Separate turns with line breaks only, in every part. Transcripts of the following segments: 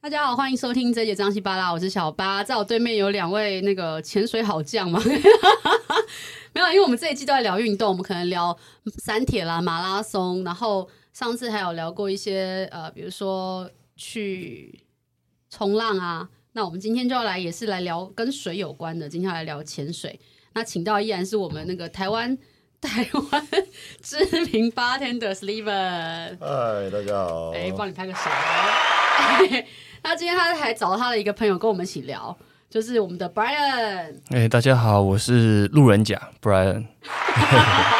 大家好，欢迎收听这一节张西巴拉，我是小八，在我对面有两位那个潜水好将嘛， 没有，因为我们这一季都在聊运动，我们可能聊三铁啦、马拉松，然后上次还有聊过一些呃，比如说去冲浪啊。那我们今天就要来，也是来聊跟水有关的，今天要来聊潜水。那请到依然是我们那个台湾台湾知名 bartender Steven，
嗨，大家好。
哎、帮你拍个手。哎 那今天他还找他的一个朋友跟我们一起聊，就是我们的 Brian。
哎、大家好，我是路人甲 Brian。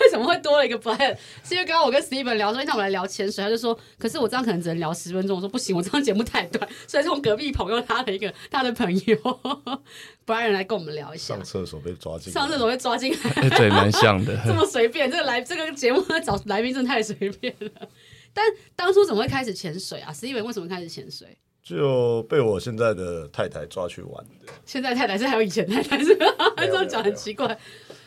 为什么会多了一个 Brian？是因为刚刚我跟 Steven 聊说，那我们来聊潜水，他就说，可是我这样可能只能聊十分钟。我说不行，我这样节目太短，所以从隔壁朋友他的一个他的朋友 Brian 来跟我们聊一下
上。厕所被抓进，
上厕所。会抓进来，
哎、 对，蛮像的。
这么随便，这个来这个节目找来宾真的太随便了。但当初怎么会开始潜水啊？Steven 为什么开始潜水？
就被我现在的太太抓去玩的。
现在太太是还有以前 太太是吧？
没有
这样讲很奇怪。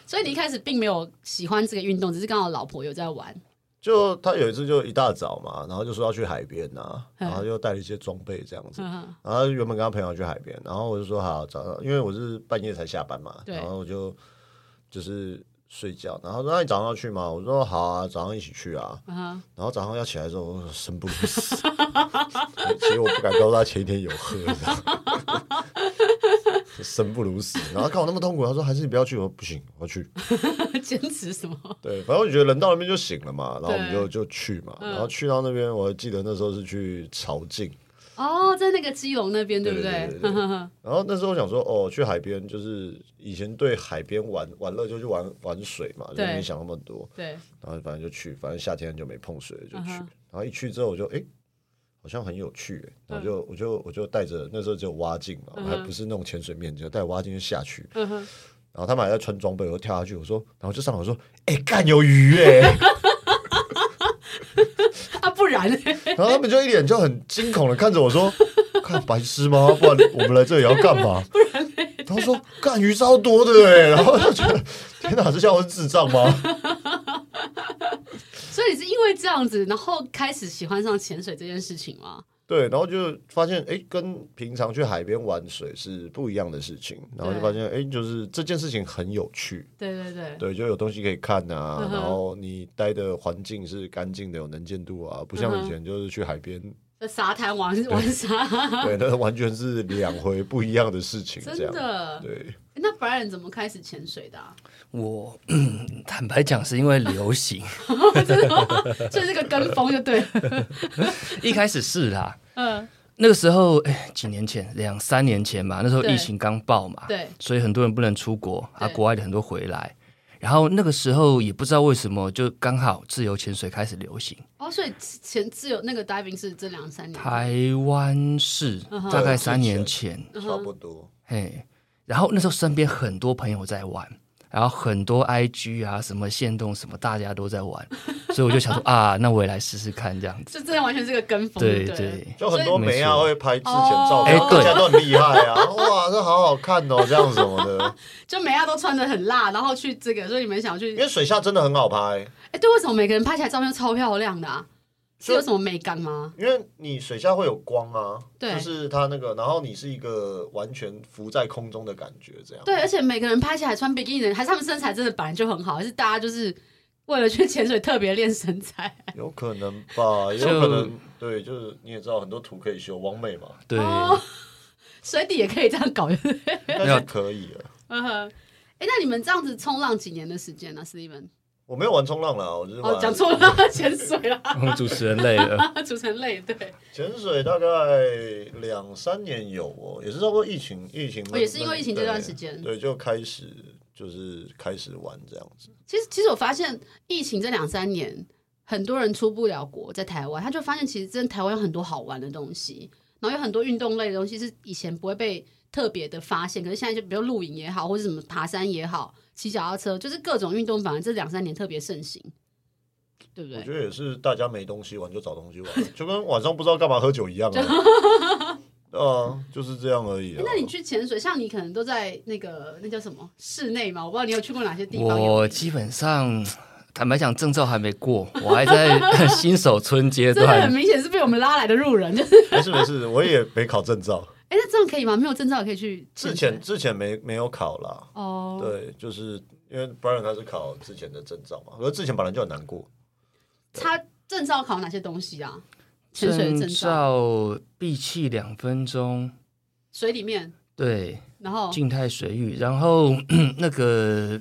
所以你一开始并没有喜欢这个运动，只是刚好老婆有在玩。
就他有一次就一大早嘛，然后就说要去海边呐、
嗯
然后就带了一些装备这样子。
嗯
然后原本跟他朋友去海边，然后我就说好，早上因为我是半夜才下班嘛，
对
然后我就就是睡觉，然后说那你早上要去吗？我说好啊，早上一起去啊。
嗯哼，
然后早上要起来的时候，我说生不如死。其实我不敢告诉他前一天有喝，你知道吗 生不如死。然后看我那么痛苦，他说还是你不要去。我说不行，我要去。
坚持什么？
对，反正我觉得人到那边就行了嘛，然后我们
对
就就去嘛，
嗯
然后去到那边，我还记得那时候是去潮境，
哦，在那个基隆那边，对不
对对对对
呵呵呵
然后那时候我想说，哦，去海边就是以前对海边玩玩乐就去玩玩水嘛，就
对
没想那么多，
对，
然后反正就去，反正夏天就没碰水了就
嗯
去，
哼嗯
然后一去之后我就哎。诶好像很有趣耶，然后就我就我就带着那时候只有蛙镜嘛，我还不是那种潜水面镜，就带蛙镜就下去，
嗯哼，
然后他们还在穿装备，我就跳下去，我说，然后就上来我说，哎、干有鱼哎、
啊，不然呢？
然后他们就一脸就很惊恐的看着我说：“看白痴吗？不然我们来这里要干嘛？”然后说：“干鱼超多的哎、然后就觉得天哪，这下我是智障吗？
所以你是因为这样子，然后开始喜欢上潜水这件事情吗？
对，然后就发现哎、跟平常去海边玩水是不一样的事情。然后就发现哎、就是这件事情很有趣，
对对对，
对，就有东西可以看啊
嗯，哼
然后你待的环境是干净的，有能见度啊，
嗯
不像以前就是去海边，
在沙滩玩玩 沙，
对，那完全是两回不一样的事 情，
真
这样
的。
对。”
那 Brian 怎么开始潜水的啊？
我 坦白讲，是因为流 行，
所以这个跟风就对了。
一开始是啦。
嗯，
那个时候，哎，几年前，两三年前吧，那时候
对
疫情刚爆嘛，
对
所以很多人不能出国，啊，
对
国外的很多回来。然后那个时候也不知道为什么，就刚好自由潜水开始流行，
哦，所以前自由那个 diving 是这两三年。
台湾是
嗯哼
大概三年前，
嗯
差不多。
嘿，然后那时候身边很多朋友在玩，然后很多 IG 啊，什么线动什么，大家都在玩，所以我就想说啊，那我也来试试看这样子。
就真的完全是个跟风，
对
对了。
对，
就很多梅啊
所以
会拍之前照
没
哦
片，大
错
哎
家都很厉害啊！ 哇，这好好看哦，这 样什么的，
就每家都穿的很辣，然后去这个，所以你们想去
因，为水下真的很好拍，
哎，对，为什么每个人拍起来照片都超漂亮的啊？是
就
有什么美感吗？
因为你水下会有光啊，
对
就是它那个，然后你是一个完全浮在空中的感觉，这样。
对，而且每个人拍起来穿比基尼的人，还是他们身材真的本来就很好，还是大家就是为了去潜水特别练身材？
有可能吧，也有可能，对，就是你也知道很多图可以修，完 美嘛，
对，
哦水底也可以这样搞，对不对？
应该是可以了。
嗯哼哎，那你们这样子冲浪几年的时间呢、s t e v e n
我没有玩冲浪啦，我就是
哦，
玩
讲错了， 潜水啦，
我们哦主持人累了，
组成类，对，
潜水，大概两三年有哦，也是差不多疫情，疫情那
哦也是因为疫情这段
对
时间
对，就开始就是开始玩这样子。
其实，其实我发现疫情这两三年，很多人出不了国，在台湾，他就发现其实真的台湾有很多好玩的东西，然后有很多运动类的东西是以前不会被特别的发现，可是现在就比如露营也好，或者什么爬山也好，骑脚踏车，就是各种运动，反而这两三年特别盛行，对不
我
对？
觉得也是大家没东西玩就找东西玩，啊就跟晚上不知道干嘛喝酒一样啊。啊，就是这样而已啊
诶。那你去潜水，像你可能都在那个那叫什么室内嘛？我不知道你有去过哪些地方有。
我基 本上。坦白讲，证照还没过，我还在新手村阶
真的很
段。
明显是被我们拉来的路人， 就是
没事没事，我也没考证 照，
哎，那这样可以吗？没有证照也可以去
之
潜
前
水
之前没没有考啦。
哦，
对，就是因为 Brian 他是考之前的证照嘛，可是之前本来就很难过。
他证照考哪些东西啊？潜水的证照，
照闭气两分钟，
水里面，
对，
然后
静态水域，然后 那个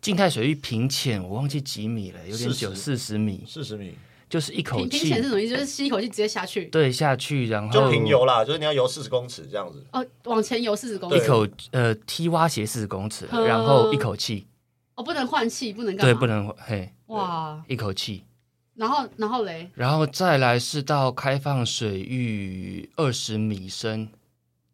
静态水域平潜，我忘记几米了，有点久，四十米，
四十米
就是一口
平平潜是
气
什么意思？就是吸一口气直接下去，
对下去，然后
就平游啦，就是你要游四十公尺这样子。
哦，往前游四十公
一
尺，
口呃踢蛙鞋四十公尺，
嗯
然后一口气，
哦，不能换气，不能干嘛？
对，不能嘿
哇，
一口气，
然后然后嘞，
然后再来是到开放水域二十米深，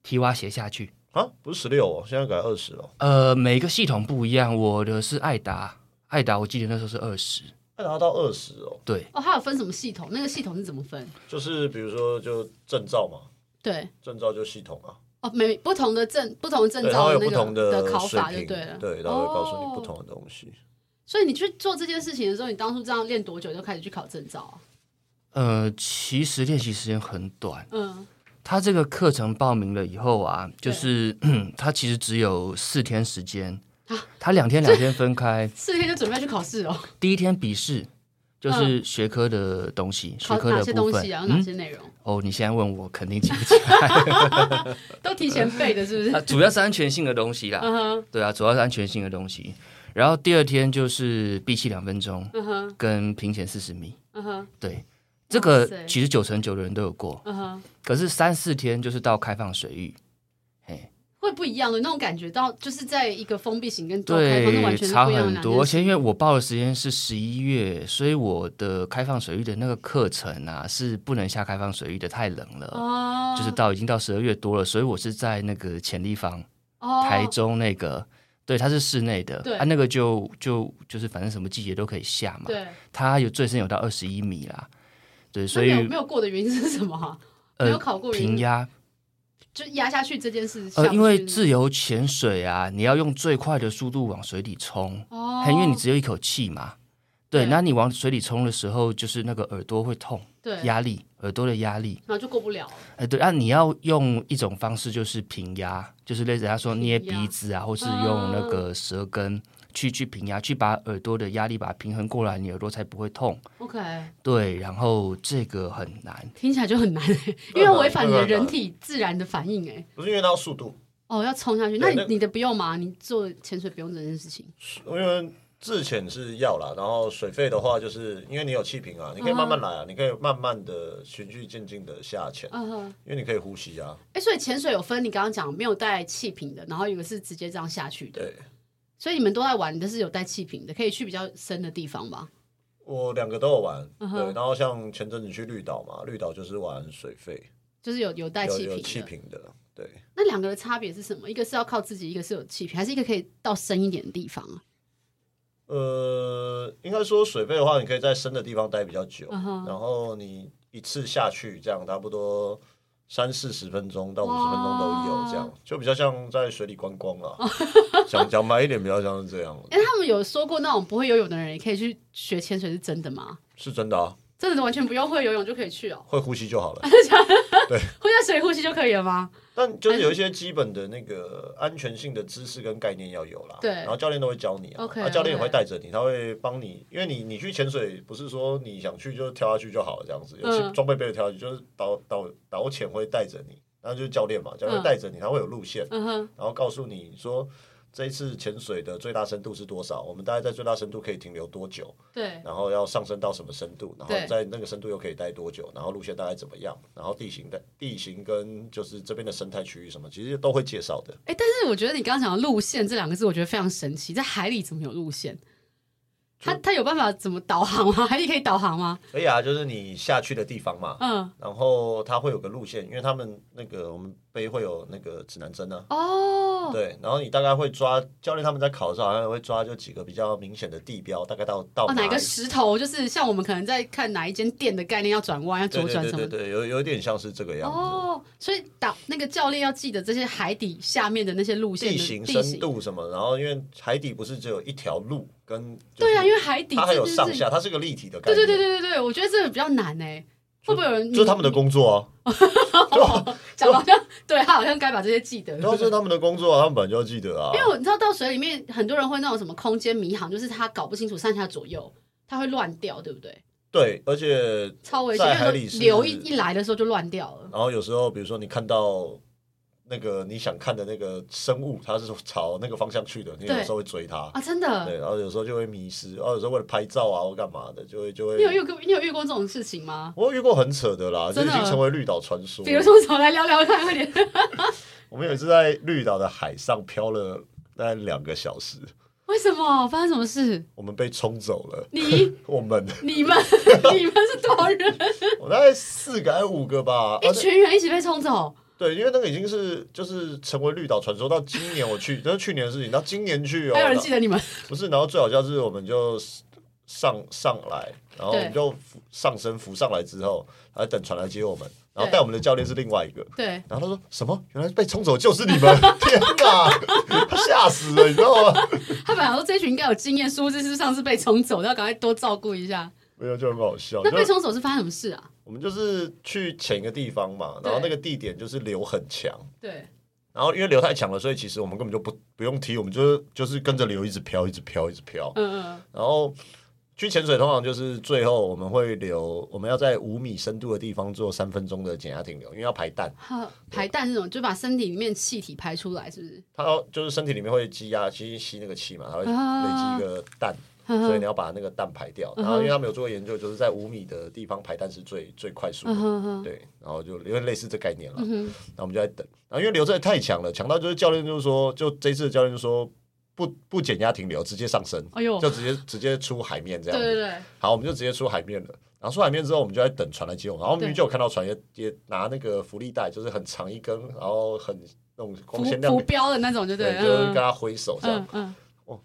踢蛙鞋下去。
啊，不是十六哦，现在改二十了。
呃，每个系统不一样，我的是艾达，艾达我记得那时候是二十，
那达到二十哦，
对，
哦，它有分什么系统？那个系统是怎么分？
就是比如说就证照嘛，
对，
证照就系统啊，
哦，每不同的证不同的证
对，它
照
会有
那
不同
个的考
水
法就
平，
对了，
对，它会告诉你不
哦
同的东西。
所以你去做这件事情的时候，你当初这样练多久就开始去考证照啊？
呃，其实练习时间很短。
嗯，
他这个课程报名了以后啊，就
对
是 他其实只有四天时间，
啊
他两天两天分开，
四天就准备去考试哦，
第一天笔试。就是学科的东西，学
嗯考
科
哪
的
些
部
东
分
西。啊？有哪些内容？
哦，你现在问我，肯定记 不起来。
都提前背的，是不
啊
是？
主要是安全性的东西啦，
嗯哼，
对啊，主要是安全性的东西。然后第二天就是闭气两分钟，
嗯哼，
跟平潜四十米。
嗯哼，
对，这
哇
个
塞
其实九成九的人都有过，
嗯哼，
可是三四天就是到开放水域，
会不一样的那种感觉到，就是在一个封闭型跟做哦开放是完
对，
全是
差
不一样的
很
两
多。
件
而
事。
且因为我报的时间是十一月，所以我的开放水域的那个课程啊是不能下开放水域的，太冷了。
哦，
就是到已经到十二月多了，所以我是在那个潜力坊、
哦
台中那个，对，它是室内的
对，
啊，那个就就就是反正什么季节都可以下嘛。
对，
它有最深有到二十一米啦，对，所
那没有
以
没有过的原因是什么啊？没有
呃，
考过原因
平压
就压下去这件事下不
呃，
去，
因为自由潜水啊，你要用最快的速度往水里冲，
哦，
因为你只有一口气嘛。对，
对
那你往水里冲的时候，就是那个耳朵会痛，
对，
压力，耳朵的压力。
然后就过不了了。
哎，对，啊，你要用一种方式，就是平压，就是类似他说
平
捏
压嗯
鼻子啊，或是用那个舌根去去平压，去把耳朵的压力把它平衡过来，你耳朵才不会痛。
OK，
对，然后这个很难，
听起来就很难、欸，因
对
为
啊
它违反你的
对啊对啊
人体自然的反应哎、
不是因为它要速度，
哦，要冲下去，那
对
你
那
你的不用吗？你做潜水不用这件事情，
因为自潜是要啦，然后水费的话，就是因为你有气瓶啊，你可以慢慢来啊，你可以慢慢的循序渐进的下潜，
嗯哼，
因为你可以呼吸啊。
哎、所以潜水有分，你刚刚讲没有带气瓶的，然后有个是直接这样下去的，
对
所以你们都在玩，但是有带气瓶的，可以去比较深的地方吧？
我两个都有玩，
嗯哼
对，然后像前阵子去绿岛嘛，绿岛就是玩水费，
就是有有带
有
气瓶
有
的，
气瓶的，对。
那两个的差别是什么？一个是要靠自己，一个是有气瓶，还是一个可以到深一点的地方啊？
呃，应该说水费的话，你可以在深的地方待比较久，
嗯哼
然后你一次下去这样差不多三四十分钟到五十分钟都有，这样
哇
就比较像在水里观光 了。讲讲白一点，比较像是这样，
哎、他们有说过那种不会游泳的人也可以去学潜水，是真的吗？
是真的啊，
真的完全不用会游泳就可以去哦，
会呼吸就好 了。
会在水里呼吸就可以了吗？
但就是有一些基本的那个安全性的知识跟概念要有啦，
对
然后教练都会教你啊，
OK，
啊教练也
OK
会带着你，他会帮你，因为你你去潜水不是说你想去就跳下去就好了这样子，有些
嗯
装备备跳下去，就是导导导潜会带着你，然后就是教练嘛，教练
嗯
带着你，他会有路线，
嗯哼，
然后告诉你说这一次潜水的最大深度是多少，我们大概在最大深度可以停留多久，
对，
然后要上升到什么深度，然后
对
在那个深度又可以待多久，然后路线大概怎么样，然后地形的地形跟就是这边的生态区域什么，其实都会介绍的。
哎、但是我觉得你刚刚讲的路线这两个字，我觉得非常神奇。在海里怎么有路线？他他有办法怎么导航吗？海里可以导航吗？
所以啊，就是你下去的地方嘛，
嗯，
然后它会有个路线，因为他们那个我们背会有那个指南针啊。
哦，
对，然后你大概会抓教练他们在考的时候，好像会抓就几个比较明显的地标，大概到到
哦，哪
里
个石头？就是像我们可能在看哪一间店的概念，要转弯、要
对
左
对
转
对
什么
对
的。
对，有有点像是这个样子。
哦，所以导那个教练要记得这些海底下面的那些路线
地
的
形、深度什么，然后因为海底不是只有一条路跟，
对啊，因
为
为海底
它还有
这就是
上下，它是个立体的
对
概念。
对对对对对，我觉得这个比较难哎、会不会有人
这是他们的工作 啊，
讲得好像对他好像该把这些记得？哦
然后这是他们的工作啊，他们本来就要记得啊
因。为我你知道到水里面，很多人会那种什么空间迷航，就是他搞不清楚上下左右，他会乱掉，对不对？
对，而且
超危
在
险，
海
因
里
为
是
流一一来的时候就乱掉了。
然后有时候比如说你看到。那个你想看的那个生物，它是朝那个方向去的，你有
对
时候会追它，
啊，真的，
对，然后有时候就会迷失，然后有时候为了拍照啊或干嘛的，就会就会
你有遇过你有遇过这种事情吗？
我有遇过很扯的啦，就
真
已
的
经成为绿岛传说。
比如，说，什么来聊聊看，快点。
我们有一次在绿岛的海上漂了大概两个小时，
为什么发生什么事？
我们被冲走了。
你、
我们，
你们、你们是多少人？
我大概四个还是五个吧。啊
一群人一起被冲走，
对，因为那个已经是就是成为绿岛传说，到今年我去，这是去年的事情，到今年去哦。
还有人
然后
记得你们？
不是，然后最好笑是，我们就上上来，然后我们
对
就浮上升浮上来之后，还等船来接我们，然后
对
带我们的教练是另外一个，
对，
然后他说什么？原来被冲走就是 你们！天哪，他吓死了，你知道吗？
他本来说这群应该有经验，殊不知是上次被冲走，要赶快多照顾一下。
没有，就很好笑。
那被
就
冲走是发生什么事啊？
我们就是去前一个地方嘛，然后那个地点就是流很强，
对，
然后因为流太强了，所以其实我们根本就不不用踢，我们就是就是跟着流一直飘，一直飘，一直飘。
嗯嗯，
然后去潜水通常就是最后我们会留，我们要在五米深度的地方做三分钟的减压停留，因为要排氮，
好，排氮这种就把身体里面气体排出来，是不是？
它要就是身体里面会积压，吸吸那个气嘛，它会累积一个氮。
呵
所以你
呵
要把那个蛋排掉。
嗯哼
然后因为他们有做过研究，就是在五米的地方排蛋是最最快速
嗯
的。
哼哼，
对，然后就因为类似这概念了，
嗯
然
哼，
后我们就在等。然后因为流真的太强了，强到就是教练就是说，就这次的教练就说不不减压停留，直接上升，
哎呦，
就直接直接出海面这
对
样
对
子。
对，
好，我们就直接出海面了。然后出海面之后，我们就在等船来接我们。然后我们
对
就有看到船也也拿那个浮力带，就是很长一根，然后很那种光
浮
鲜亮
浮
丽，
标的那种，就
对，
了
就是
嗯
跟他挥手这样。
嗯嗯，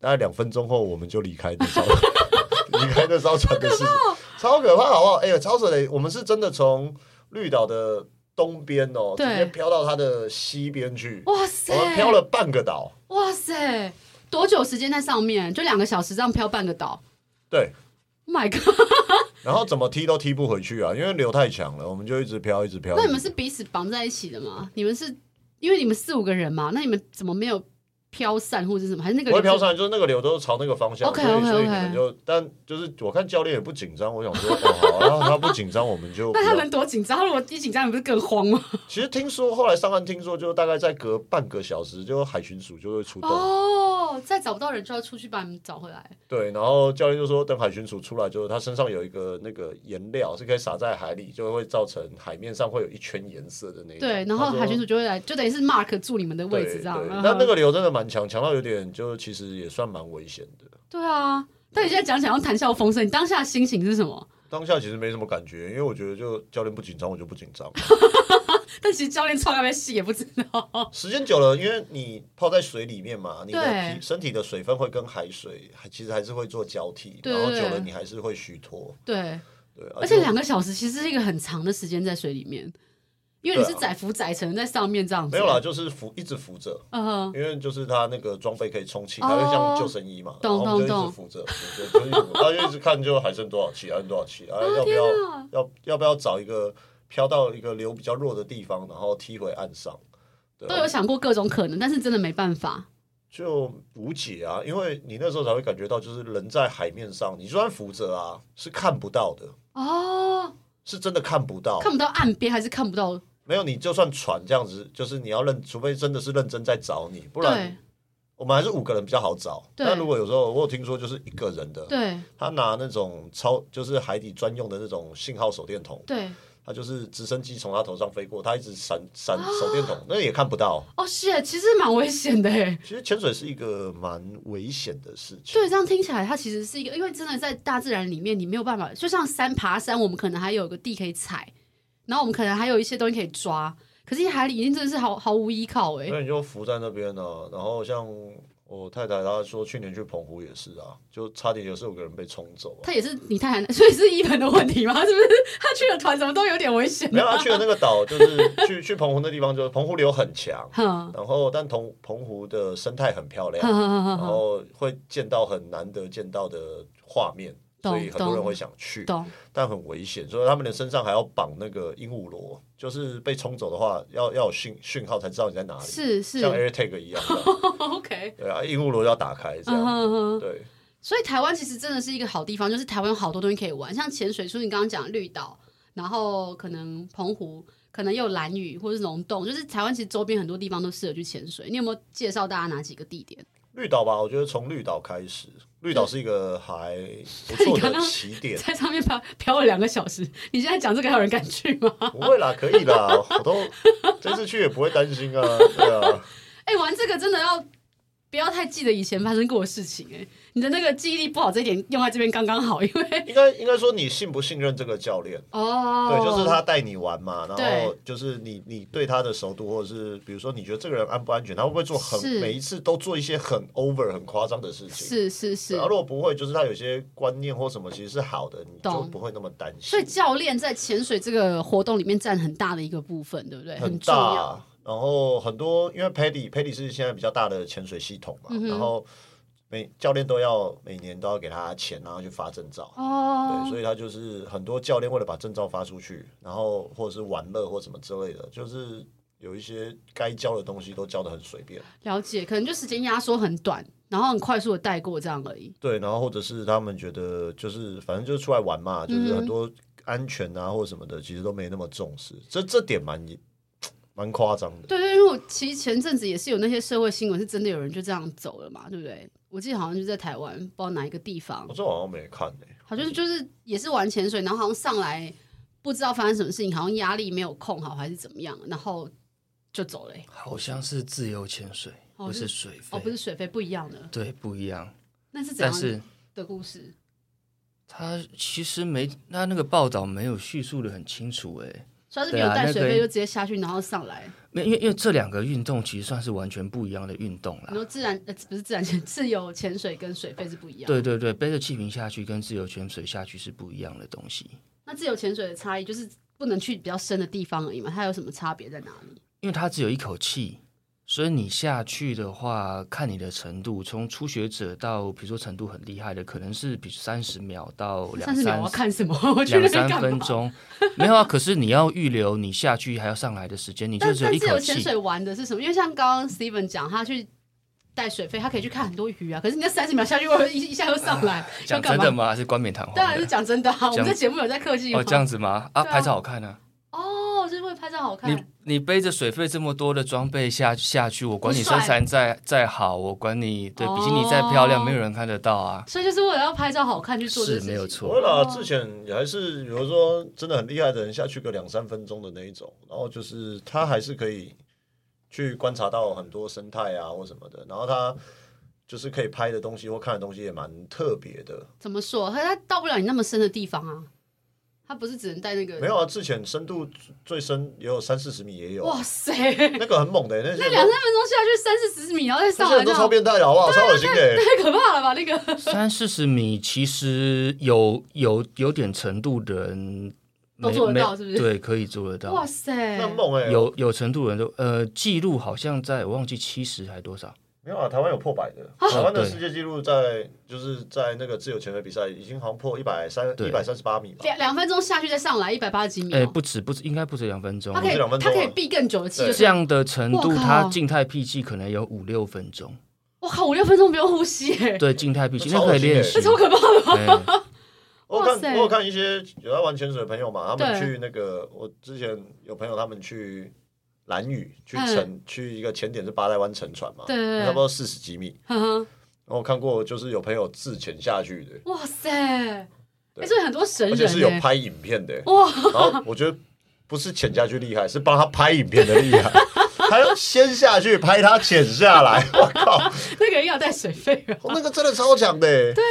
大概两分钟后，我们就离开那艘， 离开那艘船的事情，
哦
超可怕，好不好？哎、呦，超扯的！我们是真的从绿岛的东边哦，直
对
接飘到它的西边去，
哇
我们
塞，
飘了半个岛。
哇塞，多久时间在上面？就两个小时，这样漂半个岛。
对，
Oh my god！
然后怎么踢都踢不回去啊，因为流太强了，我们就一直飘，一直飘。
那你们是彼此绑在一起的吗？你们是因为你们四五个人嘛？那你们怎么没有飘散或者是什么？还是那个
不会
人
飘上来，就是那个流都是朝那个方向
OK，OK，OK
所以所以你们就，但就是我看教练也不紧张，我想说，哦，好啊，然后他不紧张，我们就
就？
不
那
要
他们多紧张？他如果一紧张，你不是更慌 吗？
其实听说后来上岸，听说就大概再隔半个小时，就海巡署就会出动。
哦，再找不到人就要出去把你们找回来。
对，然后教练就说，等海巡署出来之后，他身上有一个那个颜料是可以撒在海里，就会造成海面上会有一圈颜色的那一种。
对，然后海巡
署
署就会来，就等于是 mark 住你们的位置这样。 嗯
那那个流真的蛮强，强到有点就其实也算蛮危险的。
对啊，但你现在讲起来要谈笑风生，你当下心情是什么？
当下其实没什么感觉，因为我觉得就教练不紧张，我就不紧 张。
但其实教练超那边戏也不知道。
时间久了，因为你泡在水里面嘛，你的
对
皮身体的水分会跟海水还其实还是会做交替，
对
然后
对
久了
对
你还是会虚脱。
对，
对，啊
而且两个小时其实是一个很长的时间在水里面，因为你是载浮载沉在上面这样子。
啊没有啦，，就是浮一直浮着，
嗯哼，
因为就是它那个装备可以充气，
哦
它就像救生衣嘛，然后
懂
我们就一
懂
直
懂
扶着，扶着，就是一直扶他就一直看就还剩多少气，还剩多少气，啊，
哦
要不要要要不要找一个飘到一个流比较弱的地方，然后踢回岸上？对
都有
啊，
想过各种可能，但是真的没办法。
就无解啊，因为你那时候才会感觉到，就是人在海面上，你就算扶着啊，是看不到的，
哦，
是真的看不到。
看不到岸边还是看不到？
没有，你就算船这样子，就是你要认，除非真的是认真在找你，不然
对
我们还是五个人比较好找。
对
但如果有时候我有听说，就是一个人的，
对
他拿那种超就是海底专用的那种信号手电筒，
对，
他就是直升机从他头上飞过，他一直闪闪手电
啊
筒，那也看不到。
哦，是，其实蛮危险的耶。
其实潜水是一个蛮危险的事情，
对，这样听起来它其实是一个，因为真的在大自然里面，你没有办法，就像山爬山，我们可能还有个地可以踩，然后我们可能还有一些东西可以抓，可是海里已经真的是毫毫无依靠哎。
所以你就浮在那边呢、然后像我太太她说，去年去澎湖也是啊，就差点有四五个人被冲走、啊。
他也是你太难，所以是一本的问题吗？ 是不是？他去的团什么都有点危险
没。有，他啊去的那个岛就是去 去澎湖那地方，就是澎湖流很强，
哼
然后但澎澎湖的生态很漂
哼
亮，
哼哼
然
哼哼，
后会见到很难得见到的画面。
懂
所以很多人
懂
会想去，
懂
但很危险，所以他们的身上还要绑那个鹦鹉螺，就是被冲走的话，要要有讯讯号才知道你在哪里，
是是
像 AirTag 一 样这样，
，OK，
对啊，鹦鹉螺要打开这
嗯
样，
哼哼。
对，
所以台湾其实真的是一个好地方，就是台湾有好多东西可以玩，像潜水，除了你刚刚讲绿岛，然后可能澎湖，可能也有蓝屿或是龙洞，就是台湾其实周边很多地方都适合去潜水。你有没有介绍大家哪几个地点？
绿岛吧，我觉得从绿岛开始，绿岛是一个还不
你
错
刚
的
刚
起点，
在上面漂漂了两个小时，你现在讲这个还有人敢去吗？
不会啦，可以啦， 我都这次去也不会担心啊，对啊，
哎、玩这个真的要不要太记得以前发生过的事情、哎，你的那个记忆力不好这一点用在这边刚刚好，因为
应该应该说你信不信任这个教练。
哦，
对，就是他带你玩嘛，然后
对
就是你你对他的熟度，或者是比如说你觉得这个人安不安全，他会不会做很
是
每一次都做一些很 over 很夸张的事情。
是是是
然后。如果不会，就是他有些观念或什么其实是好的，你就
懂
不会那么担心。
所以教练在潜水这个活动里面占很大的一个部分，对不对？
很
重要。
大，然后很多因为 Paddy Paddy 是现在比较大的潜水系统
嗯
嘛，然后每教练都要每年都要给他钱，然后去发证照。对，
哦，
所以他就是很多教练为了把证照发出去，然后或者是玩乐或什么之类的，就是有一些该教的东西都教的很随便。
了解，可能就时间压缩很短，然后很快速的带过这样而已。
对，然后或者是他们觉得就是反正就是出来玩嘛，
嗯
就是很多安全啊或什么的，其实都没那么重视。这这点蛮蛮夸张的。
对对，因为我其实前阵子也是有那些社会新闻，是真的有人就这样走了嘛，对不对？我记得好像就在台湾，不知道哪一个地方
我，这好像没看诶、
好
嗯
像就是也是玩潜水，然后好像上来不知道发生什么事情，好像压力没有控好还是怎么样，然后就走了欸、
好像是自由潜水，
哦
不
是
是水肺，
哦，不是水费不一样的，
对，不一样。
那是怎
但
样
是
的故事？
他其实没，他那个报道没有叙述的很清楚，哎，
所以他是没有
对啊
带
那
水
个
费就直接下去，然后上来。
没，因为因为这两个运动其实算是完全不一样的运动啦
你。说自然呃不是自然潜， 自由潜水跟水肺是不一样。，
对对对，背着气瓶下去跟自由潜水下去是不一样的东西，
那自由潜水的差异就是不能去比较深的地方而已嘛，它有什么差别在哪里？啊
因为它只有一口气，所以你下去的话，看你的程度，从初学者到比如说程度很厉害的，可能是比三十秒到两
三十秒我要
三
看什么？ 我去那边
两三
干
分
嘛？
钟，没有啊。可是你要预留你下去还要上来的时间，你就
但
只有
但
一
自
口
由潜
气。
水玩的是什么？因为像刚刚 Steven 讲，他去带水费，他可以去看很多鱼啊。可是你那三十秒下去，我一一下又上 来，要
讲
干
真的
嘛？
吗？还是冠冕堂皇
当然是
的？
讲真的啊！我们
讲
这节目有在客气
哦，
吗？
这样子吗？啊，
对啊
拍照好看啊！
哦，就是为拍照好
你
看。
你背着水费这么多的装备下下去，我管你
不帅
身材再再好，我管你对
哦
比基尼再漂亮，没有人看得到啊。
所以就是为了要拍照好看去做这
是
个事
没有
情
不
错，
会啦，之前也还是，比如说真的很厉害的人下去个两三分钟的那一种，然后就是他还是可以去观察到很多生态啊或什么的，然后他就是可以拍的东西或看的东西也蛮特别的。
怎么说？可是他到不了你那么深的地方啊，他不是只能带那个？
没有啊，之前深度最深也有三四十米，也有啊
哇塞，那两
那个很猛的、那些人
三
都
分钟下去三四十米，然后再
那啊
上
些
来，
人都超变态的好不好？超恶心的、
太可怕了吧？那个
三四十米其实有有有点程度的人
都
没
做得
没
到是不是
对，可以做得
哇
到。
塞，
啊那很猛哎、
有有程度的人都呃，记录好像在我忘记七十还多少，
没有啊，台湾有破百的，台湾的
对
世界纪录在就是在那个自由潜水比赛已经好像破一百三
对
一百三十八米吧。
两两分钟下去再上来一百八十几米、
哎，
哦，
不止不止，应该不止两分钟
他。可以
不止两分
他
钟啊
可以闭更久的气，
对
就是
这样的程度，
哇靠
它静态闭气可能有五六分钟。
我靠，五六分钟不用呼吸、哎，
对，静态闭气
那
那
超
可
恶
以
心
练
的
习
这。超可怕的吧？
哎
我有
哇
看
塞
我有看一些有在玩潜水的朋友嘛，他们
对
去那个，我之前有朋友他们去蓝屿去
嗯
沉、去一个潜点是八代湾沉船嘛，
对对对嗯
差不多四十几米。
呵呵
然后我看过就是有朋友自潜下去的，
哇塞，哎、
对
所以很多神人、
而且是有
哎
拍影片的。
哇，
然后我觉得不是潜下去厉害，是帮他拍影片的厉害。他要先下去拍他潜下来， 我靠，
那个人要带水费啊，
那个真的超强的，对，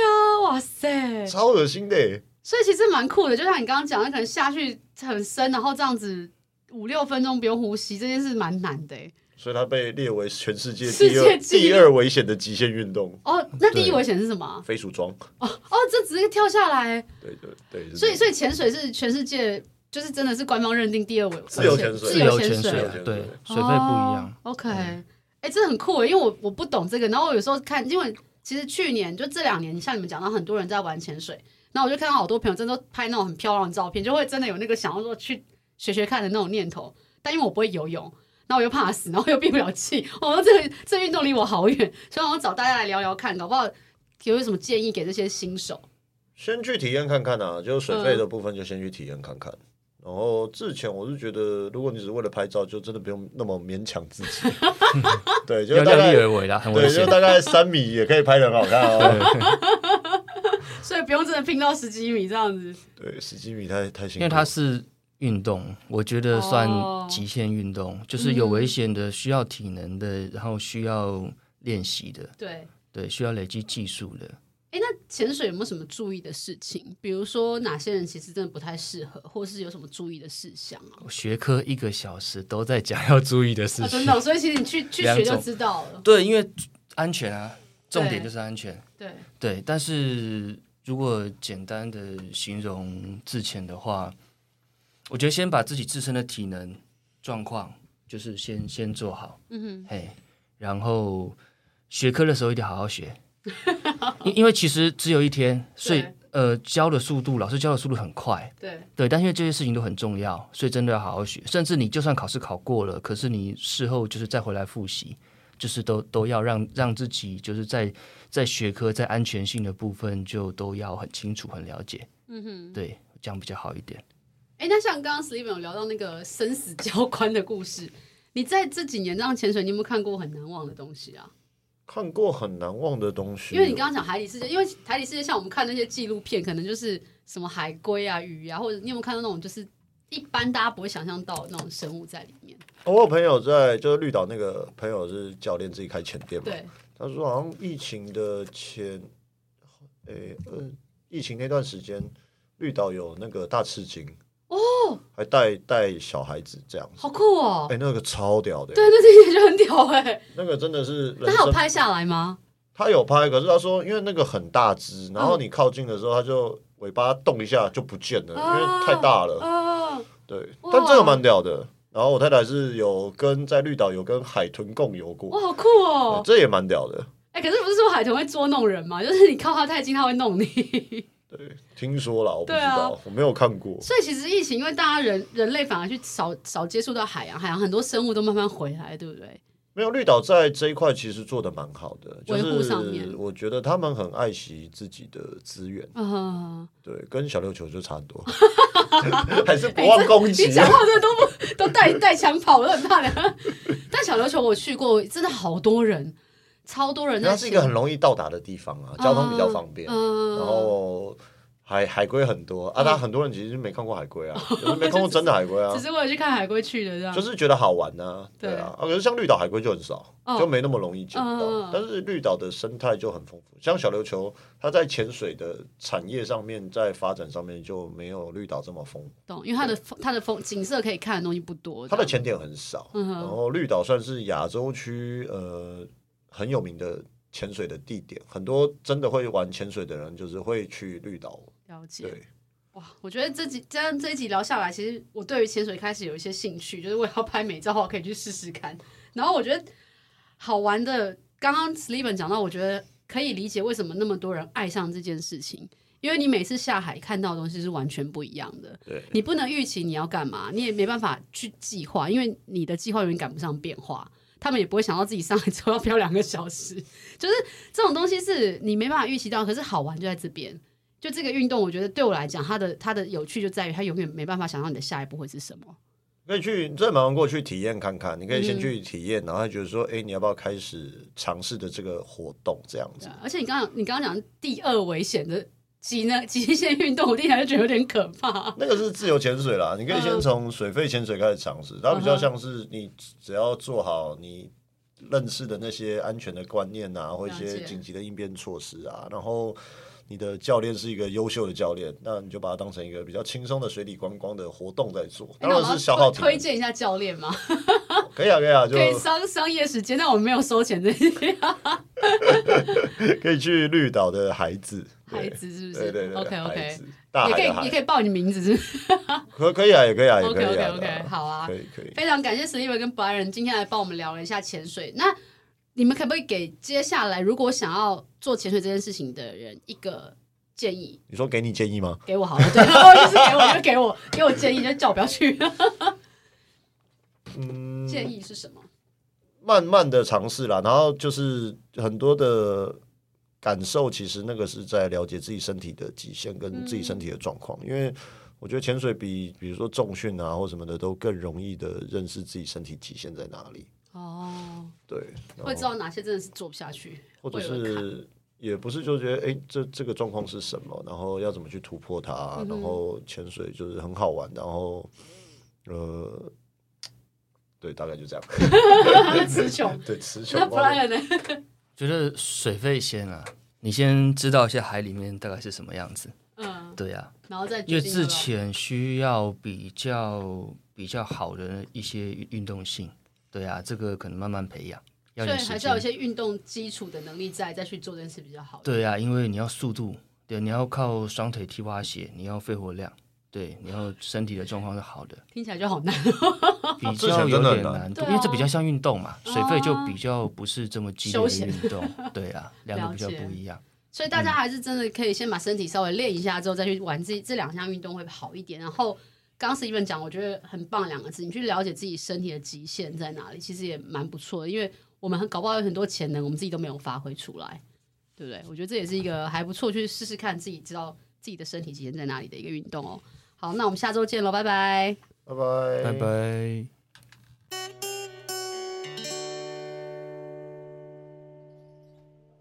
哇塞，
超恶心的。欸
所以其实蛮酷的，就像你刚刚讲，的，可能下去很深，然后这样子五六分钟不用呼吸，这件事蛮难的、哎
所以他被列为全世界
世
第
界
二
纪录
第二危险的极限运动
哦，那第一
对
危险是什么啊
——？飞鼠装。
哦，这直接跳下来，
对对对，是
所以
这
所以潜水是全世界就是真的是官方认定第二位
自由潜水
自
自
由
由
潜
潜水
水
啊
自由潜水，
对
哦，
水费不一样。嗯
哦 OK，哎、这很酷耶，因为我我不懂这个，然后我有时候看，因为其实去年就这两年，像你们讲到很多人在玩潜水，然后我就看到好多朋友真的都拍那种很漂亮的照片，就会真的有那个想要说去学学看的那种念头。但因为我不会游泳， 然后我又怕死，然后又憋不了气， 我说这个这运动离我好远，所以我找大家来聊聊看，搞不好有没有什么建议给这些新手？
先去体验看看啊，就是水费的部分就先去体验看看。然后之前我是觉得，如果你只是为了拍照，就真的不用那么勉强自 己。对，就
要
大
量力
概
而为啦，很危
对，就
险。
大概三米也可以拍的很好看哦。
所以不用真的拼到十几米这样子。
对，十几米太太辛苦了，
因为它是运动，我觉得算
哦
极限运动，就是有危险的、需要体能的，然后需要练习的，
对，
对，需要累积技术的。
哎，那潜水有没有什么注意的事情？比如说哪些人其实真的不太适合，或是有什么注意的事项啊？
学科一个小时都在讲要注意的事
啊，
情，
真的哦、所以其实你 去去学就知道了。
对，因为安全啊，重点
对
就是安全。
对，
对，但是如果简单的形容自潜的话，我觉得先把自己自身的体能状况，就是先先做好，
嗯
嘿，然后学科的时候一定好好学， 因因为其实只有一天，所以
对
呃教的速度，老师教的速度很快
哼，，对，
对，但因为这些事情都很重要，所以真的要好好学。甚至你就算考试考过了，可是你事后就是再回来复习，就是都都要让让自己就是在在学科在安全性的部分就都要很清楚很了解。
嗯哼。
对，这样比较好一点。
哎，那像刚刚 Steven 有聊到那个生死交关的故事，你在这几年这样潜水，你有没有看过很难忘的东西啊？
看过很难忘的东西哦。
因为你刚刚讲海底世界，因为海底世界像我们看那些纪录片，可能就是什么海龟啊、鱼啊，或者你有没有看到那种就是一般大家不会想象到的那种生物在里面？
我有朋友在，就是绿岛那个朋友是教练，自己开前店嘛。
对，
他说好像疫情的前，诶、呃，疫情那段时间，绿岛有那个大赤鲸哦，还带带小孩子这样。
好酷哦！
哎、那个超屌的、
对，那这些就很屌哎、
那个真的是人
那他有
生。
拍下来吗？
他有拍，可是他说因为那个很大只，然后你靠近的时候，它就尾巴动一下就不见了，因为太大了。
哦，
对，
啊哇
但这个蛮屌的。然后我太太是有跟在绿岛有跟海豚共游过，
哇，好酷
对
哦！
这也蛮屌的。
哎、可是不是说海豚会捉弄人吗？ 就是你靠它太近，它会弄你。
对，听说了，我不知
对啊
道，我没有看过。
所以其实疫情，因为大家人人类反而去少少接触到海洋，海洋很多生物都慢慢回来，对不对？
没有，绿岛在这一块其实做的蛮好的，就
维护上面
是我觉得他们很爱惜自己的资源，
啊、
对，跟小琉球就差 很多，还是不忘攻击啊
你。讲话哎这都不 都带带枪跑，我很怕的。 但小琉球我去过，真的好多人，超多人在
它
潜。
是一个很容易到达的地方啊，交通比较方便，
嗯哎
然后海海龟很多啊，他很多人其实没看过海 龟啊，就是没看过真的海龟啊
只，是为了去看海龟去的，这样。
就是觉得好玩呐、啊，对
嗯对
啊啊。可是像绿岛海龟就很少，
哦
就没那么容易见
嗯嗯
到
嗯。
但是绿岛的生态就很丰富，像小琉球，它在潜水的产业上面，在发展上面就没有绿岛这么丰富，
懂，因为它的风它的风景色可以看的东西不多。
它
这
的
样
潜点很少。
嗯哼
然后绿岛算是亚洲区呃很有名的潜水的地点，很多真的会玩潜水的人就是会去绿岛。
了解。
对，
哇，我觉得这集这样这一集聊下来，其实我对于潜水开始有一些兴趣，就是我要拍美照的话，可以去试试看。然后我觉得好玩的，刚刚 Steven 讲到，我觉得可以理解为什么那么多人爱上这件事情，因为你每次下海看到的东西是完全不一样的。
对，
你不能预期你要干嘛，你也没办法去计划，因为你的计划永远赶不上变化。他们也不会想到自己上来之后要漂两个小时，就是这种东西是你没办法预期到，可是好玩就在这边。就这个运动，我觉得对我来讲，它的它的有趣就在于它永远没办法想到你的下一步会是什么。
可以去真的蛮玩过去体验看看，你可以
嗯
先去体验，然后觉得说，哎、你要不要开始尝试的这个活动这样
对
子？
啊而且你刚刚你刚刚讲第二危险的极呢极限运动，我听起来就觉得有点可怕。
那个是自由潜水啦，你可以先
嗯
从水肺潜水开始尝试，它比较像是你只要做好你认识的那些安全的观念啊，或一
了
些
解
紧急的应变措施啊，然后你的教练是一个优秀的教练，那你就把它当成一个比较轻松的水底观光的活动在做， 当然是消耗
哎那我要
体
推推
力，
荐一下教练吗？
可以啊，可以啊，就
可以商商业时间，但我们没有收钱这些。
可以去绿岛的孩子，
孩
对
子是不是
对对对
o k
孩
OK，
子大
也可
海的
以也可
海，
以报你名字是不是
可可以啊，也可以啊，也可
OK
以
OK
啊
OK，，好啊
可，以可以。
非常感谢 Steven 跟 Brian 今天来帮我们聊了一下潜水。那你们可不可以给接下来如果想要做潜水这件事情的人一个建议
你说给你建议吗？
给我好了，对，然后就是给我就给我给我建议，就叫我不要去。
嗯，
建议是什么？
慢慢的尝试啦，然后就是很多的感受，其实那个是在了解自己身体的极限跟自己身体的状况，因为我觉得潜水比比如说重训啊或什么的都更容易的认识自己身体极限在哪里，
哦，
对，然
会
后
知道哪些真的是做不下 去，
或者
会有人
是也不是就觉得哎、诶这这个状况是什么，然后要怎么去突破它，
嗯
然后潜水就是很好玩，然后呃，对，大概就这样，
看词穷。啊
对，词穷
那 Brian 呢？
觉得水费先啊，你先知道一下海里面大概是什么样子。
嗯，
对啊，
然后再
因
决
为
定要
自
不要
潜需要比较比较好的一些运动性。对啊，这个可能慢慢培养，要
所
点
以还
时
是要有一
间。
些运动基础的能力在，再去做这件事比较好。，
对啊，因为你要速度，对，你要靠双腿踢蛙鞋，你要肺活量，对，你要身体的状况是 好的。
听起来就好难。
比
自
较
选
有
真的很
点
难
难度，
哦对啊
因为这比较像运动嘛，水肺就
哦
比较不是这么激烈
休
的
闲
运动，对啊，两个比较
了解
不一样。
所以大家还是真的可以先把身体稍微练一下，之后再去玩这这两项运动会好一点。然后刚刚 Steven 讲，我觉得很棒两个字，你去了解自己身体的极限在哪里，其实也蛮不错的，因为我们很搞不好有很多潜能，我们自己都没有发挥出来，对不对？我觉得这也是一个还不错，去试试看自己知道自己的身体极限在哪里的一个运动哦。好，那我们下周见喽，拜拜。
拜拜，
拜。拜。